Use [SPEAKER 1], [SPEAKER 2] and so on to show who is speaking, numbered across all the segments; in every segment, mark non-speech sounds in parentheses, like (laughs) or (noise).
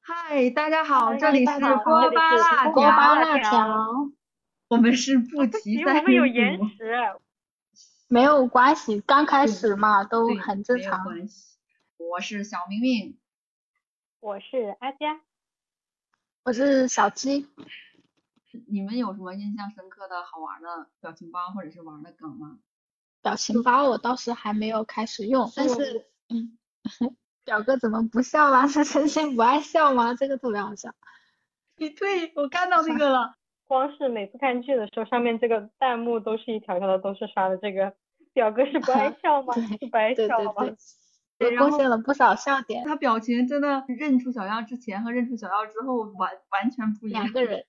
[SPEAKER 1] 嗨，大家好，
[SPEAKER 2] 嗨
[SPEAKER 1] 这里
[SPEAKER 2] 大
[SPEAKER 1] 是
[SPEAKER 2] 家好
[SPEAKER 1] 锅
[SPEAKER 2] 这里
[SPEAKER 1] 巴
[SPEAKER 2] 是
[SPEAKER 1] 辣
[SPEAKER 2] 锅巴辣
[SPEAKER 3] 条
[SPEAKER 2] 条，
[SPEAKER 1] 我们是不提
[SPEAKER 2] 因
[SPEAKER 1] 三
[SPEAKER 2] 为我们有延
[SPEAKER 1] 日补
[SPEAKER 2] 迟，
[SPEAKER 3] 没有关系，刚开始嘛，都
[SPEAKER 1] 嗯对
[SPEAKER 3] 很正
[SPEAKER 1] 没有
[SPEAKER 3] 常。
[SPEAKER 1] 关系。我是小明明，
[SPEAKER 2] 我是阿佳，
[SPEAKER 3] 我是小七，
[SPEAKER 1] 你们有什么印象深刻的好玩的表情包或者是玩的梗吗？
[SPEAKER 3] 表情包我倒是还没有开始用，但是，嗯， (laughs) 表哥怎么不笑啦？ (laughs) 是真心不爱笑吗？这个特别好笑。
[SPEAKER 1] 你对我看 (laughs) 到那个了，
[SPEAKER 2] 光是每次看剧的时候，上面这个弹幕都是一条条的，都是刷的这个。表哥是不爱
[SPEAKER 3] (laughs)
[SPEAKER 2] 笑吗？
[SPEAKER 3] 对
[SPEAKER 2] 是不爱
[SPEAKER 3] 对
[SPEAKER 2] 笑
[SPEAKER 3] 对
[SPEAKER 2] 吗？
[SPEAKER 1] 对
[SPEAKER 3] 对，
[SPEAKER 1] 然后嗯
[SPEAKER 3] 我贡献了不少笑点。
[SPEAKER 1] 他表情真的认出小样之前和认出小样之后完完全不一样
[SPEAKER 3] 两。个人，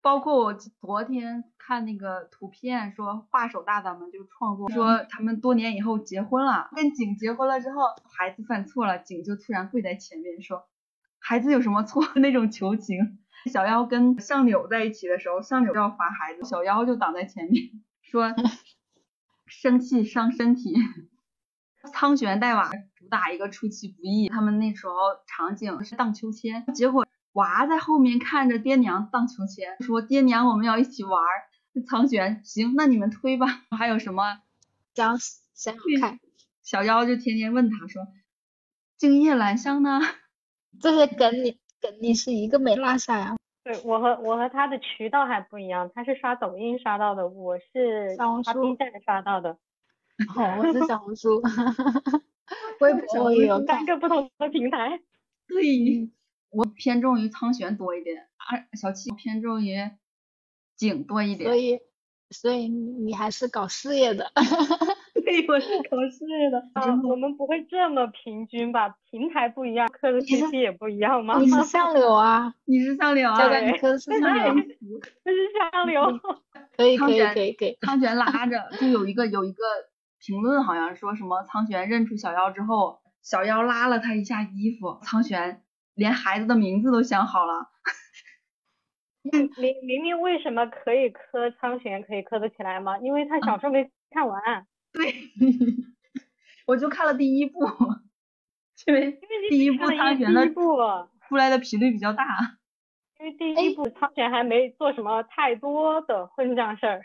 [SPEAKER 1] 包括我昨天看那个图片，说画手大大们就创作说他们多年以后结婚了，跟景结婚了之后，孩子犯错了，景就突然跪在前面说，孩子有什么错 (laughs) 那种求情。小妖跟相柳在一起的时候，相柳要罚孩子，小妖就挡在前面说，生气伤身体。苍玄带娃主打一个出其不意，他们那时候场景是荡秋千，结果娃在后面看着爹娘荡秋千，说爹娘我们要一起玩儿。苍玄行，那你们推吧。 (laughs) 还有什么
[SPEAKER 3] 想想想
[SPEAKER 1] 嗯
[SPEAKER 3] 看，
[SPEAKER 1] 小妖就天天问他说，静夜兰香呢？ (laughs)
[SPEAKER 3] 这些梗你梗你是一个没落下呀。
[SPEAKER 2] 对我和我和他的渠道还不一样，他是刷抖音刷到的，我是
[SPEAKER 3] 小红
[SPEAKER 2] 刷
[SPEAKER 3] 书
[SPEAKER 2] B 站刷到的，
[SPEAKER 3] 哦，我是小红书， (laughs) 微博我也有看
[SPEAKER 2] 三。个不同的平台。
[SPEAKER 1] 对
[SPEAKER 3] 嗯，
[SPEAKER 1] 我偏重于苍玄多一点，二小七偏重于景多一
[SPEAKER 3] 所
[SPEAKER 1] 点。
[SPEAKER 3] 以，所以你还是搞事业的，
[SPEAKER 1] 对，我是考试的。
[SPEAKER 2] 啊，我们不会这么平均吧？平台不一样，磕的
[SPEAKER 3] 你是
[SPEAKER 2] CP 也不一样吗？
[SPEAKER 3] (laughs)
[SPEAKER 2] (laughs)
[SPEAKER 3] 你是上柳 (laughs) 啊，
[SPEAKER 1] 你是上柳
[SPEAKER 3] 教
[SPEAKER 1] 啊？
[SPEAKER 3] 官，你磕的是上
[SPEAKER 1] (laughs)
[SPEAKER 3] 柳。(laughs)
[SPEAKER 2] 这是上
[SPEAKER 3] 嗯
[SPEAKER 2] 流。
[SPEAKER 3] 可以
[SPEAKER 1] 康
[SPEAKER 3] 可以
[SPEAKER 1] 源
[SPEAKER 3] 可以可以，
[SPEAKER 1] 苍玄拉着，就有一个有一个评论，好像说什么苍玄认出小妖之后，小妖拉了他一下衣服，苍玄连孩子的名字都想好了，
[SPEAKER 2] 嗯明明明为什么可以磕苍玄可以磕得起来吗？因为
[SPEAKER 1] 嗯
[SPEAKER 2] 他小说没看完，啊
[SPEAKER 1] 我就看了第一部， (laughs) 因为
[SPEAKER 2] 因为
[SPEAKER 1] 第
[SPEAKER 2] 你
[SPEAKER 1] 一
[SPEAKER 2] 只
[SPEAKER 1] 部
[SPEAKER 2] 看了
[SPEAKER 1] 苍
[SPEAKER 2] 一
[SPEAKER 1] 玄的
[SPEAKER 2] 第一部，
[SPEAKER 1] 出来的频率比较大。
[SPEAKER 2] 因为第
[SPEAKER 1] 哎
[SPEAKER 2] 一部苍玄还没做什么太多的混账事儿。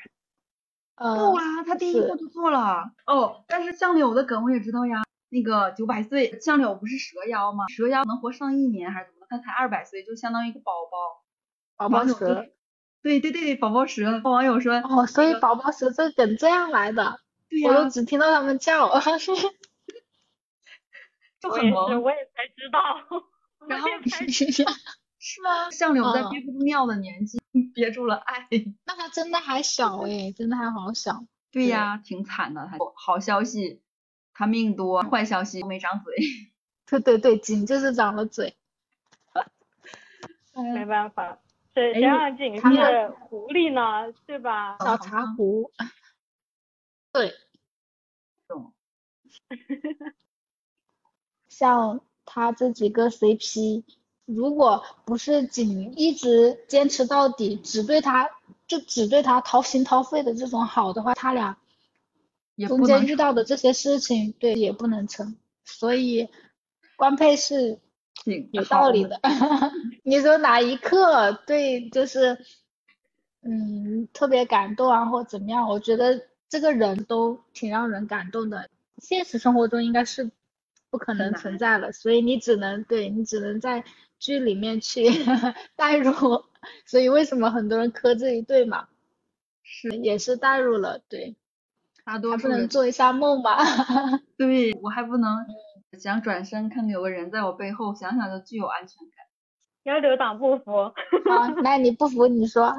[SPEAKER 3] 呃
[SPEAKER 1] 不，啊，他第一
[SPEAKER 3] 是
[SPEAKER 1] 部就做了哦，但是相柳的梗我也知道呀。那个九百岁，相柳不是蛇妖吗？蛇妖能活上一年还是怎么的？他才二百岁，就相当于一个宝宝。
[SPEAKER 3] 宝
[SPEAKER 1] 网
[SPEAKER 3] 宝
[SPEAKER 1] 友就
[SPEAKER 3] 蛇，
[SPEAKER 1] 对对对，宝宝蛇。网友说，
[SPEAKER 3] (laughs) 哦，所以宝宝蛇这个梗这样来的，
[SPEAKER 1] 对呀、
[SPEAKER 3] 我都只听到他们 (laughs) 叫，
[SPEAKER 1] 就
[SPEAKER 2] 我
[SPEAKER 1] 很
[SPEAKER 2] 也是，
[SPEAKER 1] 萌。
[SPEAKER 2] 我也才知道。 (laughs) 我
[SPEAKER 1] 然后
[SPEAKER 2] 也才
[SPEAKER 1] 是吗？相柳在
[SPEAKER 3] 嗯
[SPEAKER 1] 憋不住尿的年纪，憋住了哎 (laughs) 爱。
[SPEAKER 3] 那他真的还小诶，真的还好小，
[SPEAKER 1] 对
[SPEAKER 3] 对
[SPEAKER 1] 呀、挺惨的。他好消息，他命多；坏消息，没长嘴。
[SPEAKER 3] 对对对，仅就是长了嘴，
[SPEAKER 2] 没办法，谁
[SPEAKER 1] 哎
[SPEAKER 2] 谁让景
[SPEAKER 3] 他
[SPEAKER 2] 是狐狸呢？对吧？
[SPEAKER 3] 小
[SPEAKER 1] 好
[SPEAKER 3] 茶
[SPEAKER 1] 吧
[SPEAKER 3] 壶，哦 (laughs) 对，
[SPEAKER 1] 懂
[SPEAKER 3] 像他这几个 CP，如果不是仅一直坚持到底，只对他就只对他掏心掏肺的这种好的话，他俩
[SPEAKER 1] 也
[SPEAKER 3] 中
[SPEAKER 1] 不
[SPEAKER 3] 间
[SPEAKER 1] 能
[SPEAKER 3] 遇到的这些事情，对，也不能成。所以官配是
[SPEAKER 1] 挺
[SPEAKER 3] 有
[SPEAKER 1] 好
[SPEAKER 3] 道理的。 (laughs) 你说哪一刻对，就是嗯特别感动啊，或怎么样？我觉得这个人都挺让人感动的。现实生活中应该是不可能
[SPEAKER 1] 难
[SPEAKER 3] 存在了，所以你只能对你只能在剧里面去 (laughs) 代入。所以为什么很多人磕这一对嘛？是也是代入了，对，
[SPEAKER 1] 大
[SPEAKER 3] 还
[SPEAKER 1] 多
[SPEAKER 3] 不
[SPEAKER 1] 数
[SPEAKER 3] 能
[SPEAKER 1] 人
[SPEAKER 3] 做一下梦嘛？
[SPEAKER 1] 对我还不能想转身看看有个人在我背后，想想就具有安全感。
[SPEAKER 2] 要留党不服，
[SPEAKER 3] (laughs) 好，那你不服你说。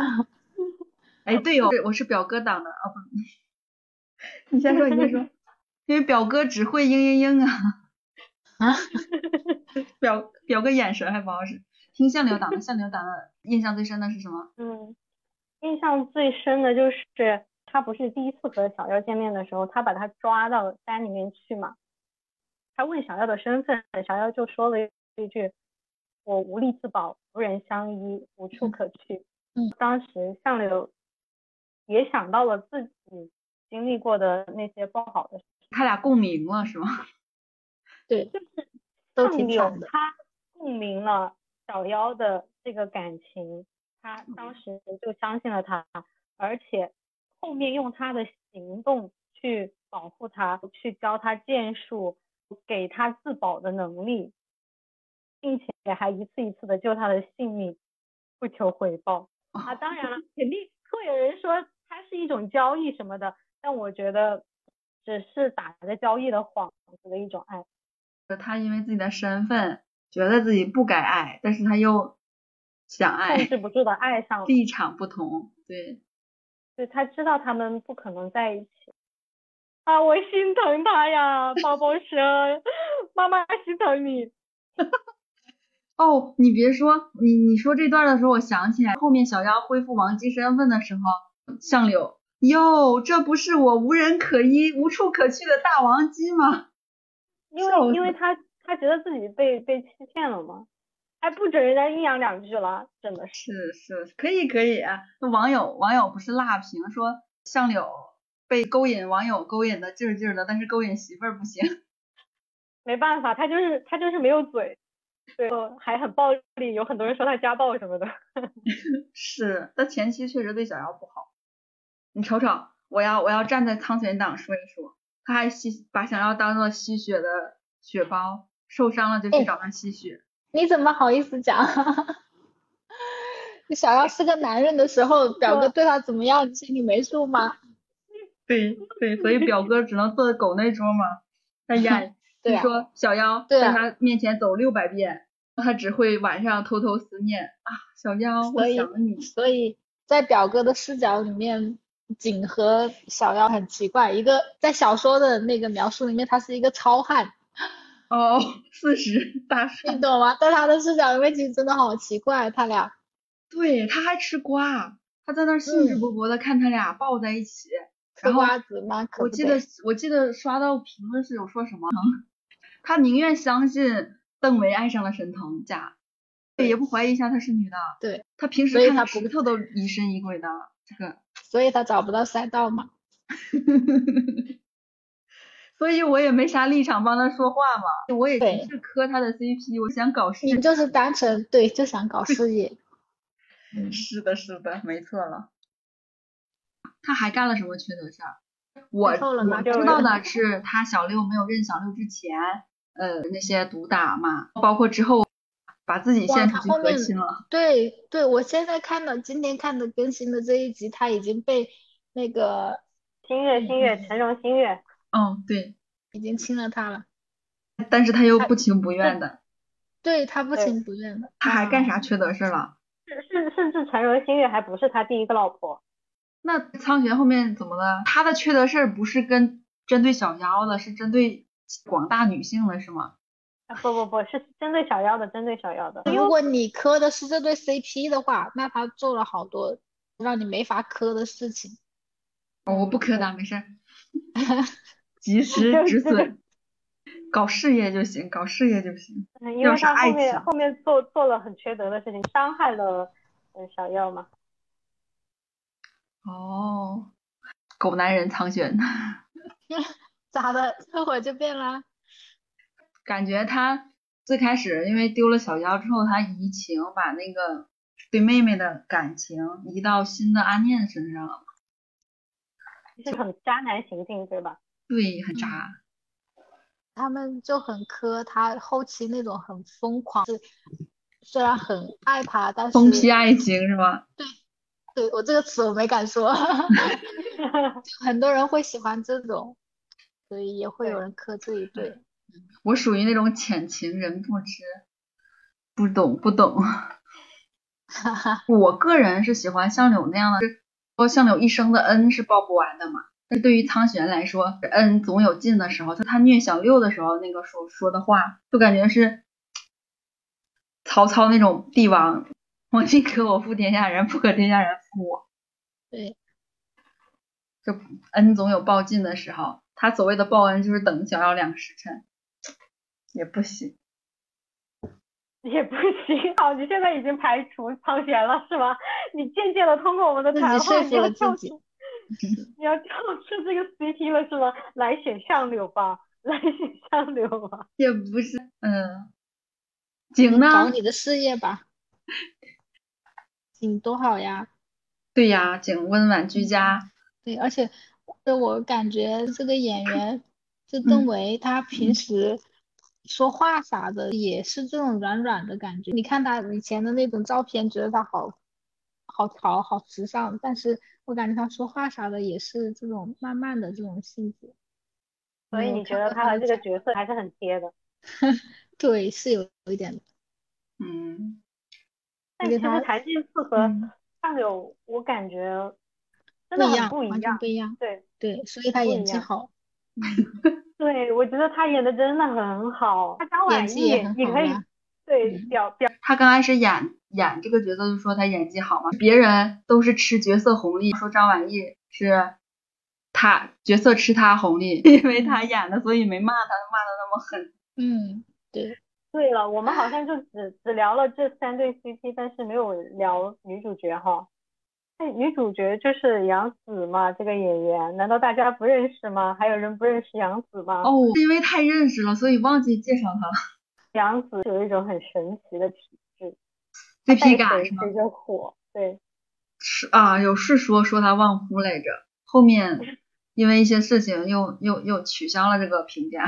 [SPEAKER 1] 哎，对哦，我是表哥党的啊，不， (laughs) 你先说，你先说，因为表哥只会嘤嘤嘤啊，
[SPEAKER 3] 啊，
[SPEAKER 1] 表表哥眼神还不好使。听相柳党的，相柳党的印象最深的是什么？
[SPEAKER 2] 嗯，印象最深的就是他不是第一次和小耀见面的时候，他把他抓到山里面去嘛，他问小耀的身份，小耀就说了一句：“我无力自保，无人相依，无处可去。”
[SPEAKER 3] 嗯，
[SPEAKER 2] 当时相柳也想到了自己经历过的那些不好的事，
[SPEAKER 1] 他俩共鸣了是吗？
[SPEAKER 3] 对，
[SPEAKER 2] 就是
[SPEAKER 3] 都
[SPEAKER 2] 相
[SPEAKER 3] 挺
[SPEAKER 2] 柳
[SPEAKER 3] 惨的。
[SPEAKER 2] 他共鸣了小妖的这个感情，他
[SPEAKER 3] 嗯
[SPEAKER 2] 当时就相信了他，而且后面用他的行动去保护他，去教他剑术，给他自保的能力，并且还一次一次的救他的性命，不求回报。
[SPEAKER 3] 哦
[SPEAKER 2] 啊，当然
[SPEAKER 3] (laughs)
[SPEAKER 2] 了，肯定会有人说它是一种交易什么的，但我觉得只是打着交易的幌子的一种爱。
[SPEAKER 1] 他因为自己的身份，觉得自己不该爱，但是他又想
[SPEAKER 3] 哎
[SPEAKER 1] 爱，
[SPEAKER 2] 控制不住的爱上了。
[SPEAKER 1] 立场不同，对，
[SPEAKER 2] 对他知道他们不可能在一起。啊，我心疼他呀，宝宝生，妈妈心疼你。
[SPEAKER 1] 哦，你别说，你你说这段的时候，我想起来后面小妖恢复王姬身份的时候，相柳哟，这不是我无人可依、无处可去的大王姬吗？
[SPEAKER 2] 因
[SPEAKER 1] 笑死
[SPEAKER 2] 为因为他他觉得自己被被欺骗了嘛，还不准人家阴阳两句了，真的是。
[SPEAKER 1] (laughs) 是是，可以可以啊。那网友网友不是辣评说相柳被勾引，网友勾引的劲儿劲儿的，但是勾引媳妇儿不行。
[SPEAKER 2] 没办法，他就是他就是没有嘴，对，还很暴力，有很多人说他家暴什么的。
[SPEAKER 1] 是，但前期确实对小妖不好。你瞅瞅，我要我要站在苍玄党说一说，他还吸把小妖当做吸血的血包，受伤了就
[SPEAKER 3] 哦
[SPEAKER 1] 去找他吸血。
[SPEAKER 3] 你怎么好意思讲？ (laughs) 你想要是个男人的时候，表哥对他怎么样，你心里没数吗？
[SPEAKER 1] 对对，所以表哥只能坐狗那桌嘛。
[SPEAKER 3] (laughs)
[SPEAKER 1] 哎呀，
[SPEAKER 3] 对
[SPEAKER 1] 据
[SPEAKER 3] 啊，
[SPEAKER 1] 说小妖
[SPEAKER 3] 对
[SPEAKER 1] 在
[SPEAKER 3] 啊
[SPEAKER 1] 他面前走六百遍，他只会晚上偷偷思念啊，小妖，我
[SPEAKER 3] 所以
[SPEAKER 1] 想你。
[SPEAKER 3] 所以在表哥的视角里面，景和小妖很奇怪。一个在小说的那个描述里面，他是一个糙汉，
[SPEAKER 1] 哦， (laughs) 四十大叔，
[SPEAKER 3] 你懂吗？在他的视角里面，其实真的好奇怪，他俩。
[SPEAKER 1] 对，他还吃瓜，他在那儿兴致
[SPEAKER 3] 嗯
[SPEAKER 1] 勃勃的看他俩抱在一起。
[SPEAKER 3] 嗑
[SPEAKER 1] 然后
[SPEAKER 3] 瓜子吗？可
[SPEAKER 1] 我
[SPEAKER 3] 不
[SPEAKER 1] 记
[SPEAKER 3] 得
[SPEAKER 1] 得我记得刷到评论是有说什么， (laughs) 他宁愿相信邓梅爱上了沈腾家，
[SPEAKER 3] 对
[SPEAKER 1] 也不怀疑一下她是女的。
[SPEAKER 3] 对，
[SPEAKER 1] 他平时
[SPEAKER 3] 所以
[SPEAKER 1] 看
[SPEAKER 3] 他
[SPEAKER 1] 她
[SPEAKER 3] 不
[SPEAKER 1] 石头都疑神疑鬼的。这
[SPEAKER 3] (laughs)
[SPEAKER 1] 个，
[SPEAKER 3] 所以他找不到赛道嘛。
[SPEAKER 1] 所以我也没啥立场帮他说话嘛，我也
[SPEAKER 3] 对
[SPEAKER 1] 不是磕他的 CP，我想搞事
[SPEAKER 3] 你就是单纯对，就想搞事业。嗯，
[SPEAKER 1] 是的，是的，没错了。他还干了什么缺德事儿？我
[SPEAKER 3] 透了
[SPEAKER 1] 我
[SPEAKER 3] 吗
[SPEAKER 1] 知
[SPEAKER 2] 就是
[SPEAKER 1] 道的是，他小六没有认小六之前，呃，那些毒打嘛，包括之后把自己
[SPEAKER 3] 哇
[SPEAKER 1] 献
[SPEAKER 3] 他
[SPEAKER 1] 出去
[SPEAKER 3] 后
[SPEAKER 1] 和
[SPEAKER 3] 面
[SPEAKER 1] 亲了。
[SPEAKER 3] 对对，我现在看到今天看的更新的这一集，他已经被那个
[SPEAKER 2] 星月星月，陈荣星月，
[SPEAKER 1] 嗯，对，
[SPEAKER 3] 已经亲了他了。
[SPEAKER 1] 但是他又
[SPEAKER 2] 他
[SPEAKER 1] 不情不愿的，
[SPEAKER 3] 对他不
[SPEAKER 2] 对
[SPEAKER 3] 情不愿的，
[SPEAKER 1] 他还干
[SPEAKER 3] 啊？
[SPEAKER 1] 啥缺德事儿了？
[SPEAKER 2] 是是甚至陈荣星月还不是他第一个老婆，
[SPEAKER 1] 那苍玄后面怎么了？他的缺德事儿不是跟针对小妖的，是针对广大女性的，是吗？
[SPEAKER 2] 啊不不不是针对小妖的，针对小妖的。
[SPEAKER 3] 如果你磕的是这对 CP 的话，那他做了好多让你没法磕的事情。
[SPEAKER 1] 哦，我不磕他，没事儿，及时止损，搞事业就行，搞事业就行。
[SPEAKER 2] 嗯因
[SPEAKER 1] 要
[SPEAKER 2] 为
[SPEAKER 1] 是
[SPEAKER 2] 他
[SPEAKER 1] 爱
[SPEAKER 2] 后面
[SPEAKER 1] 情
[SPEAKER 2] 后面做做了很缺德的事情，伤害了嗯小妖嘛。
[SPEAKER 1] 哦，狗男人苍玄，
[SPEAKER 3] 咋的？ (laughs) 这会儿就变了？
[SPEAKER 1] 感觉他最开始因为丢了小妖之后，他移情把那个对妹妹的感情移到新的阿念身上了，
[SPEAKER 2] 是很渣男行径，对吧？ (laughs)
[SPEAKER 1] 对，很渣。
[SPEAKER 3] 他们就很磕他后期那种很疯狂，是虽然很爱他，但
[SPEAKER 1] 疯
[SPEAKER 3] 是
[SPEAKER 1] 批啊爱情是吗？
[SPEAKER 3] 对我这个词我没敢说， (laughs) 很多人会喜欢这种，所以也会有
[SPEAKER 2] 对
[SPEAKER 3] 人磕这一 (laughs) 对。
[SPEAKER 1] 我属于那种浅情人不知，不懂不懂。
[SPEAKER 3] 哈哈，
[SPEAKER 1] 我个人是喜欢相柳那样的，就是说相柳一生的恩是报不完的嘛。但是对于苍玄来说，恩总有尽的时候。就他虐小六的时候，那个说说的话，就感觉是曹操那种帝王，我宁可我负天下人，不可天下人负我。
[SPEAKER 3] 对，
[SPEAKER 1] 就恩总有报尽的时候。他所谓的报恩就是等小妖两个时辰，也不行。
[SPEAKER 2] 也不行，好，你现在已经排除苍玄了，是吧？你渐渐的通过我们的
[SPEAKER 3] 自己
[SPEAKER 2] 谈话，
[SPEAKER 3] 说
[SPEAKER 2] 你
[SPEAKER 3] 服
[SPEAKER 2] 要
[SPEAKER 3] 了自
[SPEAKER 2] 跳
[SPEAKER 3] 己
[SPEAKER 2] 出，你要跳出这个 (laughs) CP 了，是吗？来
[SPEAKER 3] (laughs)
[SPEAKER 2] 选相柳吧，来选相柳吧。
[SPEAKER 1] 也不是，嗯，景呢？
[SPEAKER 3] 搞你的事业吧，景多好呀！
[SPEAKER 1] 对呀，景温婉居家，
[SPEAKER 3] 对，而且就我感觉这个演员就邓
[SPEAKER 1] 嗯
[SPEAKER 3] 为，他平时说话啥的也是这种软软的感觉。你看他以前的那种照片，觉得他好好潮、好时尚，但是我感觉他说话啥的也是这种慢慢的这种性格。
[SPEAKER 2] 所以
[SPEAKER 3] 嗯我
[SPEAKER 2] 你觉
[SPEAKER 3] 看
[SPEAKER 2] 得
[SPEAKER 3] 过
[SPEAKER 2] 他和
[SPEAKER 3] 的
[SPEAKER 2] 这个
[SPEAKER 3] 展
[SPEAKER 2] 角色还是很贴的。
[SPEAKER 3] 对是有有一点的，
[SPEAKER 1] 嗯，
[SPEAKER 2] 但
[SPEAKER 3] 觉
[SPEAKER 2] 其
[SPEAKER 3] 得
[SPEAKER 2] 实
[SPEAKER 3] 他
[SPEAKER 2] 谭健次和
[SPEAKER 3] 嗯，
[SPEAKER 2] 上柳，我感觉真
[SPEAKER 3] 不
[SPEAKER 2] 的很
[SPEAKER 3] 一样，
[SPEAKER 2] 不一
[SPEAKER 3] 完全
[SPEAKER 2] 样。
[SPEAKER 3] 不一样。
[SPEAKER 2] 对
[SPEAKER 3] 对，所以他
[SPEAKER 2] 不
[SPEAKER 3] 演
[SPEAKER 2] 一
[SPEAKER 3] 技
[SPEAKER 2] 样
[SPEAKER 3] 好，
[SPEAKER 2] 对，我觉得他演的真的很好，他张
[SPEAKER 3] 演
[SPEAKER 2] 晚
[SPEAKER 3] 技
[SPEAKER 2] 意
[SPEAKER 3] 也
[SPEAKER 2] 也
[SPEAKER 3] 很
[SPEAKER 2] 也
[SPEAKER 3] 好啊
[SPEAKER 2] 可以
[SPEAKER 3] 呀。
[SPEAKER 2] 对
[SPEAKER 3] 嗯，
[SPEAKER 2] 表表
[SPEAKER 1] 他刚开始演演这个角色就说他演技好嘛，别人都是吃角色红利，说张晚意是他角色吃他红利， (laughs) 因为他演的，所以没骂他，骂的那么狠。
[SPEAKER 3] 嗯，对，
[SPEAKER 2] 对了，我们好像就只只聊了这三对 CP，但是没有聊女主角哈。那女主角就是杨紫嘛，这个演员，难道大家不认识吗？还有人不认识杨紫吗？
[SPEAKER 1] 哦，是因为太认识了，所以忘记介绍他了。
[SPEAKER 2] 杨紫有一种很神奇的体质，她带
[SPEAKER 1] CP 感
[SPEAKER 2] 谁
[SPEAKER 1] 是吗？
[SPEAKER 2] 谁就火。对，
[SPEAKER 1] 是啊，有事说说他忘夫来着，后面因为一些事情又又又取消了这个评价。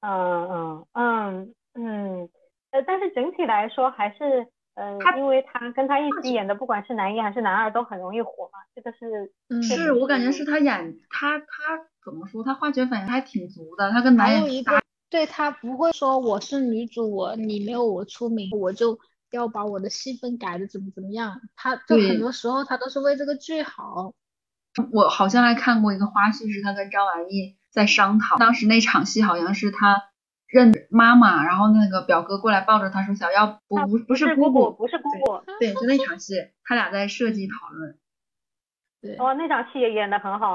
[SPEAKER 2] 嗯嗯嗯嗯，呃，但是整体来说还是，呃，
[SPEAKER 1] 她
[SPEAKER 2] 因为她跟她一起演的，不管是男一还是男二，都很容易火嘛，这个是
[SPEAKER 3] 嗯，
[SPEAKER 1] 是我感觉是他演他他怎么说，他化学反应还挺足的，他跟男
[SPEAKER 3] 还有
[SPEAKER 1] 演
[SPEAKER 3] 一个，对他不会说我是女主，我你没有我出名，我就要把我的戏份改的怎么怎么样。他就
[SPEAKER 1] 对
[SPEAKER 3] 很多时候他都是为这个剧好。
[SPEAKER 1] 我好像还看过一个花絮，是他跟张晚意在商讨，当时那场戏好像是他认妈妈，然后那个表哥过来抱着他说想要不
[SPEAKER 2] 啊
[SPEAKER 1] 不不
[SPEAKER 2] 是
[SPEAKER 1] 姑
[SPEAKER 2] 姑姑，，不是姑姑。
[SPEAKER 1] 对，就那场戏，他俩在设计讨论，
[SPEAKER 3] 对，
[SPEAKER 2] 哦，那场戏也演得很好，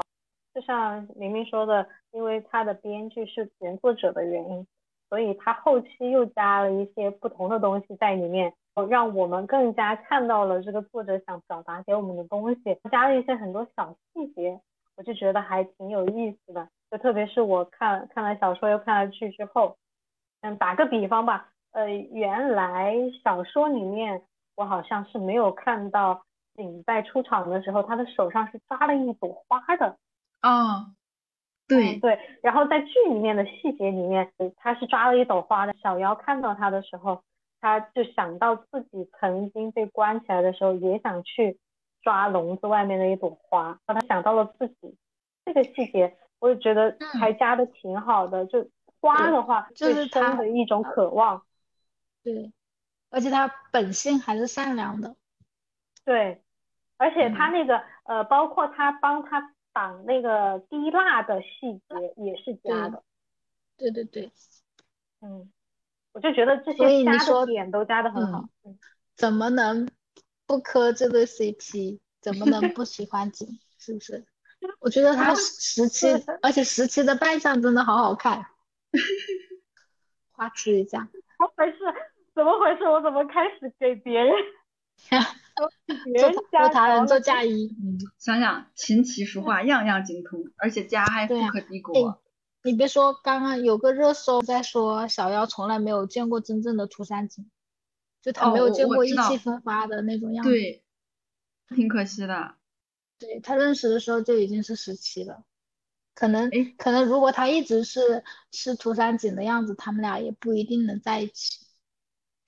[SPEAKER 2] 就像明明说的，因为他的编剧是原作者的原因，所以他后期又加了一些不同的东西在里面，哦让我们更加看到了这个作者想表达给我们的东西，加了一些很多小细节，我就觉得还挺有意思的。就特别是我看看了小说又看了剧之后，嗯，打个比方吧，呃，原来小说里面我好像是没有看到景在出场的时候，他的手上是抓了一朵花的。
[SPEAKER 1] 哦，
[SPEAKER 2] 嗯
[SPEAKER 1] 对，
[SPEAKER 2] 对，然后在剧里面的细节里面，呃他是抓了一朵花的。小妖看到他的时候，他就想到自己曾经被关起来的时候，也想去抓笼子外面的一朵花，然后他想到了自己这个细节，我也觉得还加的挺好的。就花
[SPEAKER 3] 嗯对
[SPEAKER 2] 的话，
[SPEAKER 3] 就
[SPEAKER 2] 对
[SPEAKER 3] 是
[SPEAKER 2] 生
[SPEAKER 3] 他
[SPEAKER 2] 的一种渴望，
[SPEAKER 3] 对，而且他本性还是善良的。
[SPEAKER 2] 对。而且他
[SPEAKER 1] 嗯
[SPEAKER 2] 那个、呃，包括他帮他挡那个滴蜡的细节也是加
[SPEAKER 3] 对
[SPEAKER 2] 的，
[SPEAKER 3] 对对对，
[SPEAKER 2] 嗯，我就觉得这
[SPEAKER 3] 所
[SPEAKER 2] 些
[SPEAKER 3] 以你
[SPEAKER 2] 加的
[SPEAKER 3] 说
[SPEAKER 2] 点都加的很好
[SPEAKER 3] 嗯，
[SPEAKER 2] 嗯，
[SPEAKER 3] 怎么能不磕这对 CP？怎么能不喜欢景？是不是？我觉得 (laughs) 他十七，而且十七的扮相真的好好 (laughs) 看，花痴一下。
[SPEAKER 2] 怎么回事？怎么回事？我怎么开始给别
[SPEAKER 3] (laughs)
[SPEAKER 2] 人给别
[SPEAKER 3] 做
[SPEAKER 2] 人
[SPEAKER 3] 他
[SPEAKER 2] 加
[SPEAKER 3] 做他
[SPEAKER 2] 聊
[SPEAKER 3] 人做
[SPEAKER 2] 了？
[SPEAKER 3] 嫁衣，
[SPEAKER 1] 嗯，想想琴棋书画样样精通，而且家还
[SPEAKER 3] 对
[SPEAKER 1] 富
[SPEAKER 3] 呀、
[SPEAKER 1] 可敌
[SPEAKER 3] 哎，
[SPEAKER 1] 国，
[SPEAKER 3] 你别说，刚刚有个热搜在说小妖从来没有见过真正的涂山璟，就他
[SPEAKER 1] 哦，
[SPEAKER 3] 没有
[SPEAKER 1] 我
[SPEAKER 3] 见
[SPEAKER 1] 我
[SPEAKER 3] 过
[SPEAKER 1] 知
[SPEAKER 3] 意气
[SPEAKER 1] 道，
[SPEAKER 3] 风发的那种样子。
[SPEAKER 1] 对，挺可惜的，
[SPEAKER 3] 对，他认识的时候就已经是十七了，可能
[SPEAKER 1] 哎，
[SPEAKER 3] 可能如果他一直是是涂山璟的样子，他们俩也不一定能在一起。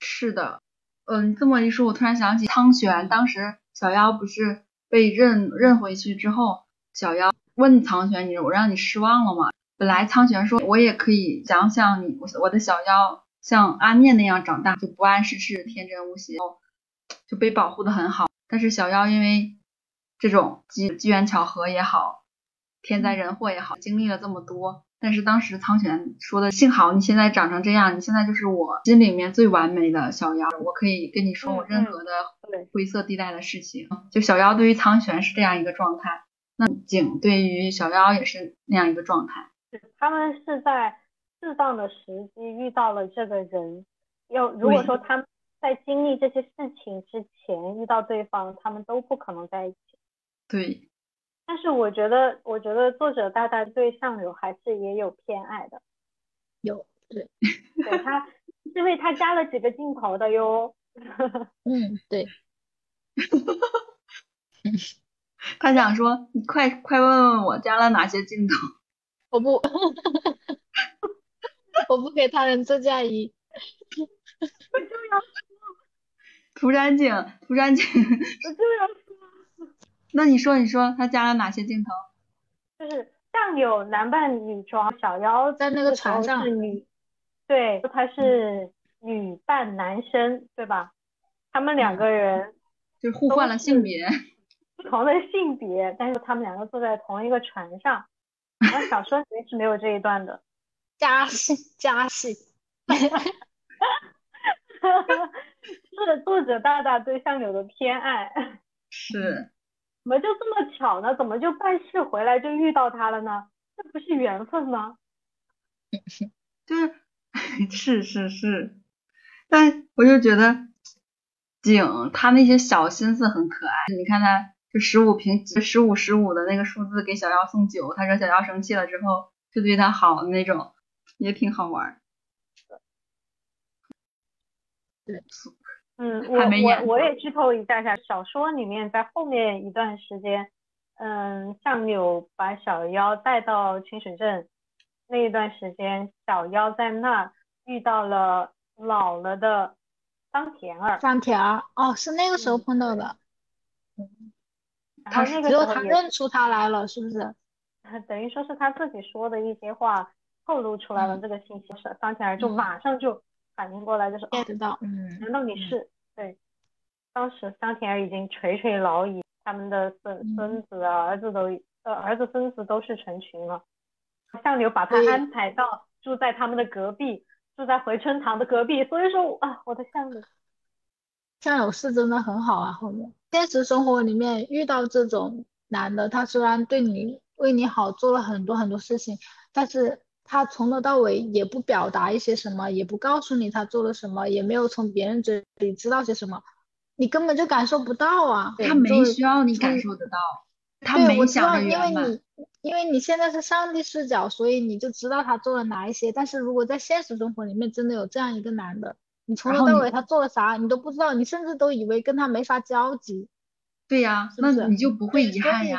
[SPEAKER 1] 是的，嗯，你这么一说，我突然想起汤玄当时小妖不是被认认回去之后，小妖问苍玄：“你我让你失望了吗？”本来苍玄说：“我也可以想像你，我我的小妖像阿念那样长大，就不谙世事，天真无邪，哦就被保护的很好。”但是小妖因为这种机机缘巧合也好，天灾人祸也好，经历了这么多。但是当时苍玄说的，幸好你现在长成这样，你现在就是我心里面最完美的小妖，我可以跟你说我
[SPEAKER 2] 嗯
[SPEAKER 1] 任
[SPEAKER 2] 嗯
[SPEAKER 1] 何的
[SPEAKER 2] 对，
[SPEAKER 1] 灰色地带的事情。就小妖对于苍玄是这样一个状态，那景对于小妖也是那样一个状态。
[SPEAKER 2] 他们是在适当的时机遇到了这个人。要如果
[SPEAKER 1] 对
[SPEAKER 2] 说他们在经历这些事情之前遇到对方，他们都不可能在一起。
[SPEAKER 1] 对，
[SPEAKER 2] 但是我觉得，我觉得作者大大对上流还是也有偏爱的。
[SPEAKER 3] 有，对，
[SPEAKER 2] 对他，因为他加了几个镜头的哟。
[SPEAKER 3] 嗯，对，
[SPEAKER 1] 他想说，你快快问问我加了哪些镜头。
[SPEAKER 3] 我不， (laughs) 我不给他人做嫁衣。
[SPEAKER 1] 涂山璟，涂山璟，
[SPEAKER 2] 我就要
[SPEAKER 1] (laughs) 那你说，你说他加了哪些镜头？
[SPEAKER 2] 就是像有男扮女装，小妖
[SPEAKER 3] 在那个船上
[SPEAKER 2] 是女，对，她是女扮男生，对吧？他们两个人
[SPEAKER 1] 就是互换了性别。 (laughs)
[SPEAKER 2] 不同的性别，但是他们两个坐在同一个船上。然后小说里面是没有这一段的，
[SPEAKER 3] 加戏加戏，
[SPEAKER 2] (laughs) 是作者大大对相柳的偏爱。
[SPEAKER 1] 是，
[SPEAKER 2] 怎么就这么巧呢？怎么就办事回来就遇到他了呢？这不是缘分吗？
[SPEAKER 1] 就是是 (laughs) 是是，但我就觉得景他那些小心思很可爱。你看他就十五平十五十五的那个数字给小妖送酒，他说小妖生气了之后就对他好的那种，也挺好玩儿。
[SPEAKER 3] 对，
[SPEAKER 2] 嗯，我
[SPEAKER 1] 还没演
[SPEAKER 2] 我我也剧透一下下，小说里面在后面一段时间，嗯，相柳把小妖带到清水镇那一段时间，小妖在那儿遇到了老了的桑田儿，
[SPEAKER 3] 张铁儿哦，是那个时候碰到的，
[SPEAKER 2] 然后那个
[SPEAKER 3] 只
[SPEAKER 2] 时
[SPEAKER 3] 有
[SPEAKER 2] 候
[SPEAKER 3] 他
[SPEAKER 2] 也
[SPEAKER 3] 认出他来了，是不哦是？
[SPEAKER 2] (laughs) 等于说是他自己说的一些话透露出来了
[SPEAKER 3] 嗯
[SPEAKER 2] 这个信息，是桑田儿就
[SPEAKER 3] 嗯
[SPEAKER 2] 马上就反应过来，就是、哦
[SPEAKER 3] get 到，嗯，
[SPEAKER 2] 难道你
[SPEAKER 3] 嗯
[SPEAKER 2] 是？对，当时桑田儿已经垂垂老矣，他们的
[SPEAKER 3] 嗯
[SPEAKER 2] 孙孙子啊、儿子都呃儿子孙子都是成群了。相柳把他
[SPEAKER 3] 对
[SPEAKER 2] 安排到住在他们的隔壁，住在回春堂的隔壁，所以说我啊，我的相柳，
[SPEAKER 3] 像有事真的很好啊。后面现实生活里面遇到这种男的，他虽然对你为你好，做了很多很多事情，但是他从头到尾也不表达一些什么，也不告诉你他做了什么，也没有从别人嘴里知道些什么，你根本就感受不到啊。
[SPEAKER 1] 他
[SPEAKER 3] 对
[SPEAKER 1] 没
[SPEAKER 3] 就
[SPEAKER 1] 需要你感
[SPEAKER 3] 就
[SPEAKER 1] 受得到，他
[SPEAKER 3] 对，
[SPEAKER 1] 没
[SPEAKER 3] 我知
[SPEAKER 1] 想
[SPEAKER 3] 道，
[SPEAKER 1] 着
[SPEAKER 3] 因
[SPEAKER 1] 圆
[SPEAKER 3] 为
[SPEAKER 1] 满。
[SPEAKER 3] 你因为你现在是上帝视角，所以你就知道他做了哪一些。但是如果在现实生活里面真的有这样一个男的，你从
[SPEAKER 1] 然
[SPEAKER 3] 头
[SPEAKER 1] 后
[SPEAKER 3] 到
[SPEAKER 1] 你
[SPEAKER 3] 尾他做了啥你都不知道，你甚至都以为跟他没啥交集。
[SPEAKER 1] 对呀、
[SPEAKER 3] 是不
[SPEAKER 1] 那
[SPEAKER 3] 是
[SPEAKER 1] 你就不会
[SPEAKER 3] 对
[SPEAKER 1] 遗
[SPEAKER 3] 所
[SPEAKER 1] 憾
[SPEAKER 3] 以
[SPEAKER 1] 呀。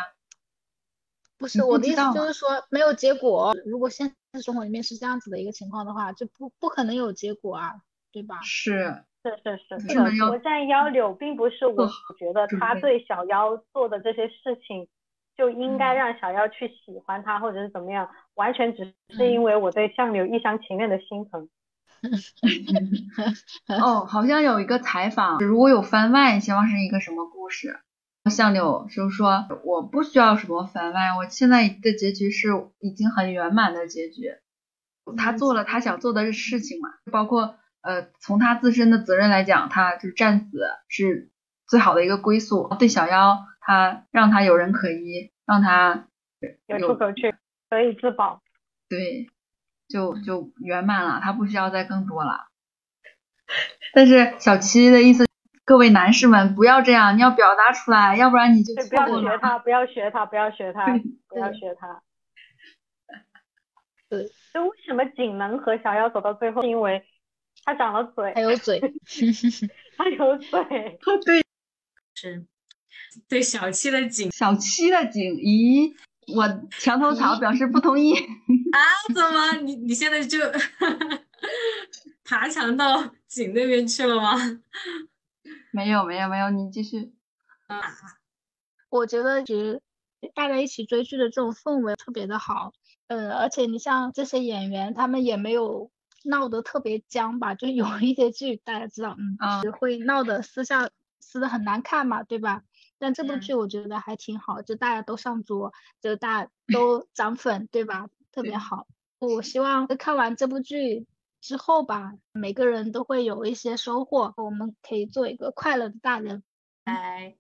[SPEAKER 3] 不
[SPEAKER 1] 你
[SPEAKER 3] 是
[SPEAKER 1] 不
[SPEAKER 3] 我的
[SPEAKER 1] 知
[SPEAKER 3] 意思
[SPEAKER 1] 道
[SPEAKER 3] 就
[SPEAKER 1] 啊
[SPEAKER 3] 是说没有结果。如果现实生活里面是这样子的一个情况的话，就不不可能有结果啊，对吧？
[SPEAKER 1] 是，
[SPEAKER 2] 是是是，
[SPEAKER 1] 你
[SPEAKER 2] 这
[SPEAKER 1] 怎么
[SPEAKER 2] 个
[SPEAKER 1] 要
[SPEAKER 2] 国战妖柳并不是
[SPEAKER 1] 做
[SPEAKER 2] 我
[SPEAKER 1] 好
[SPEAKER 2] 觉得
[SPEAKER 1] 准
[SPEAKER 2] 他
[SPEAKER 1] 备
[SPEAKER 2] 对小妖做的这些事情就应该
[SPEAKER 3] 嗯
[SPEAKER 2] 让小妖去喜欢他或者是怎么样，完全只是
[SPEAKER 3] 嗯
[SPEAKER 2] 因为我对相柳一厢情愿的心疼。
[SPEAKER 1] (laughs) 哦，好像有一个采访，如果有番外，你希望是一个什么故事？相柳就说我不需要什么番外，我现在的结局是已经很圆满的结局。他做了他想做的事情嘛，包括呃，从他自身的责任来讲，他就是战死是最好的一个归宿。对小妖，他让他有人可依，让他
[SPEAKER 2] 有出口去，可以自保。
[SPEAKER 1] 对，就就圆满了，他不需要再更多了。但是小七的意思，各位男士们不要这样，你要表达出来，要不然你就
[SPEAKER 2] 对，不
[SPEAKER 1] 错
[SPEAKER 2] 要
[SPEAKER 1] 过
[SPEAKER 2] 学
[SPEAKER 1] 了。
[SPEAKER 2] 他，不要学他，不要学他
[SPEAKER 1] 对，
[SPEAKER 2] 不要
[SPEAKER 3] 对
[SPEAKER 2] 学
[SPEAKER 1] (laughs)
[SPEAKER 2] 他。
[SPEAKER 3] 对，
[SPEAKER 2] 就为什么景能和小妖走到最后，是因为他长了嘴
[SPEAKER 3] 还，
[SPEAKER 1] (laughs)
[SPEAKER 3] 有嘴，
[SPEAKER 2] 他有嘴。
[SPEAKER 4] 对小七的景
[SPEAKER 1] 小七的景，咦，我墙头草表示不同意。 (laughs)
[SPEAKER 4] 啊，怎么你你现在就 (laughs) 爬墙到井那边去了吗？
[SPEAKER 1] 没有没有没有，你继续。
[SPEAKER 3] 我觉得其实大家一起追剧的这种氛围特别的好，嗯，而且你像这些演员，他们也没有闹得特别僵吧，就有一些剧大家知道，嗯，
[SPEAKER 1] 啊
[SPEAKER 3] 就是会闹得私下撕的很难看嘛，对吧？但这部
[SPEAKER 4] 嗯
[SPEAKER 3] 剧我觉得还挺好，就大家都上桌，就大家都涨粉，对吧？特别
[SPEAKER 1] 对
[SPEAKER 3] 好。我希望看完这部剧之后吧，每个人都会有一些收获，我们可以做一个快乐的大人。
[SPEAKER 4] 来。